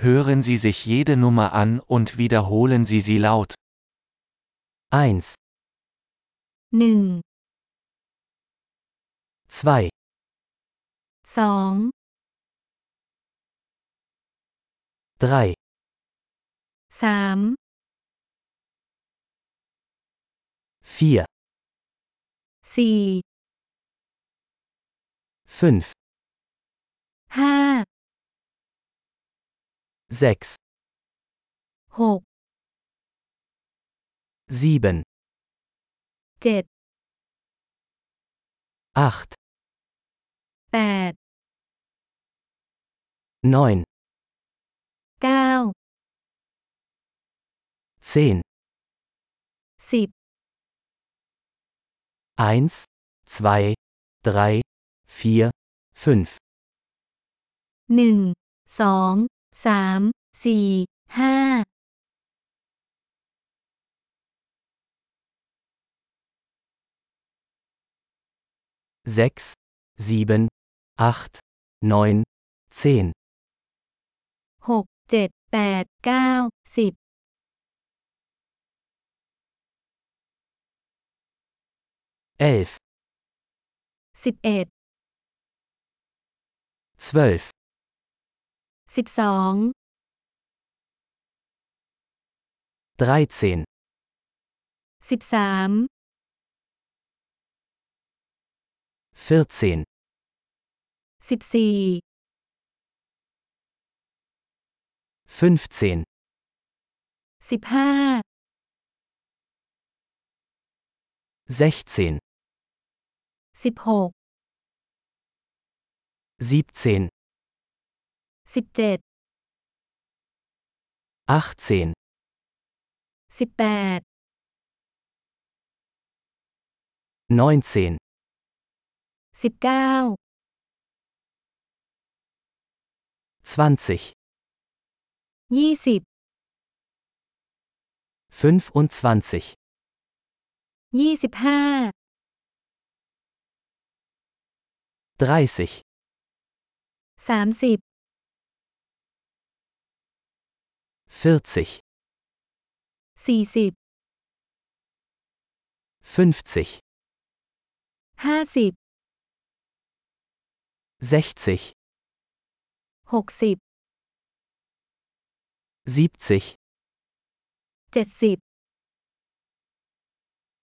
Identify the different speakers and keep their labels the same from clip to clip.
Speaker 1: Hören Sie sich jede Nummer an und wiederholen Sie sie laut.
Speaker 2: 1,
Speaker 3: หนึ่ง
Speaker 2: 2,
Speaker 3: สอง
Speaker 2: 3,
Speaker 3: สาม
Speaker 2: 4,
Speaker 3: สี่
Speaker 2: 5,
Speaker 3: ห้า
Speaker 2: 6,
Speaker 3: หก
Speaker 2: 7,
Speaker 3: เจ็ด
Speaker 2: 8,
Speaker 3: แปด
Speaker 2: 9,
Speaker 3: เก้า
Speaker 2: 10,
Speaker 3: สิบ
Speaker 2: 1, 2, 3, 4, 5,
Speaker 3: หนึ่ง สอง สาม สี่ ห้า
Speaker 2: 6, 7, 8, 9, 10,
Speaker 3: หก เจ็ด แปด เก้า สิบ
Speaker 2: 11,
Speaker 3: สิบเอ็ด
Speaker 2: 12,
Speaker 3: สิบสอง
Speaker 2: 13,
Speaker 3: สิบสาม
Speaker 2: 14,
Speaker 3: สิบสี่
Speaker 2: 15,
Speaker 3: สิบห้า
Speaker 2: 16,
Speaker 3: สิบหก
Speaker 2: 17,
Speaker 3: สิบเจ็ด
Speaker 2: 18,
Speaker 3: สิบแปด
Speaker 2: 19,
Speaker 3: สิบเก้า
Speaker 2: 20,
Speaker 3: ยี่สิบ
Speaker 2: 25,
Speaker 3: ยี่สิบห้า
Speaker 2: 30,
Speaker 3: สามสิบ
Speaker 2: 40,
Speaker 3: สี่สิบ
Speaker 2: 50,
Speaker 3: ห้าสิบ
Speaker 2: 60,
Speaker 3: หกสิบ
Speaker 2: 70,
Speaker 3: เจ็ดสิบ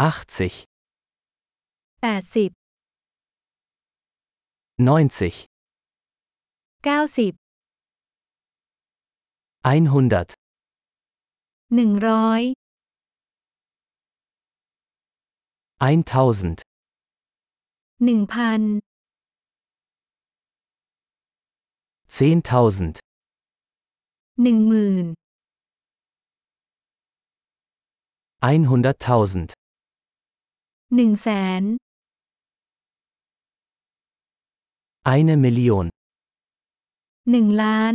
Speaker 2: 80,
Speaker 3: แปดสิบ
Speaker 2: 90,
Speaker 3: เก้าสิบ
Speaker 2: 100,
Speaker 3: หนึ่งร้อย
Speaker 2: 1000,
Speaker 3: หนึ่งพัน
Speaker 2: 10.000,
Speaker 3: หนึ่งหมื่น
Speaker 2: 100.000,
Speaker 3: หนึ่งแสน
Speaker 2: eine Million,
Speaker 3: หนึ่งล้าน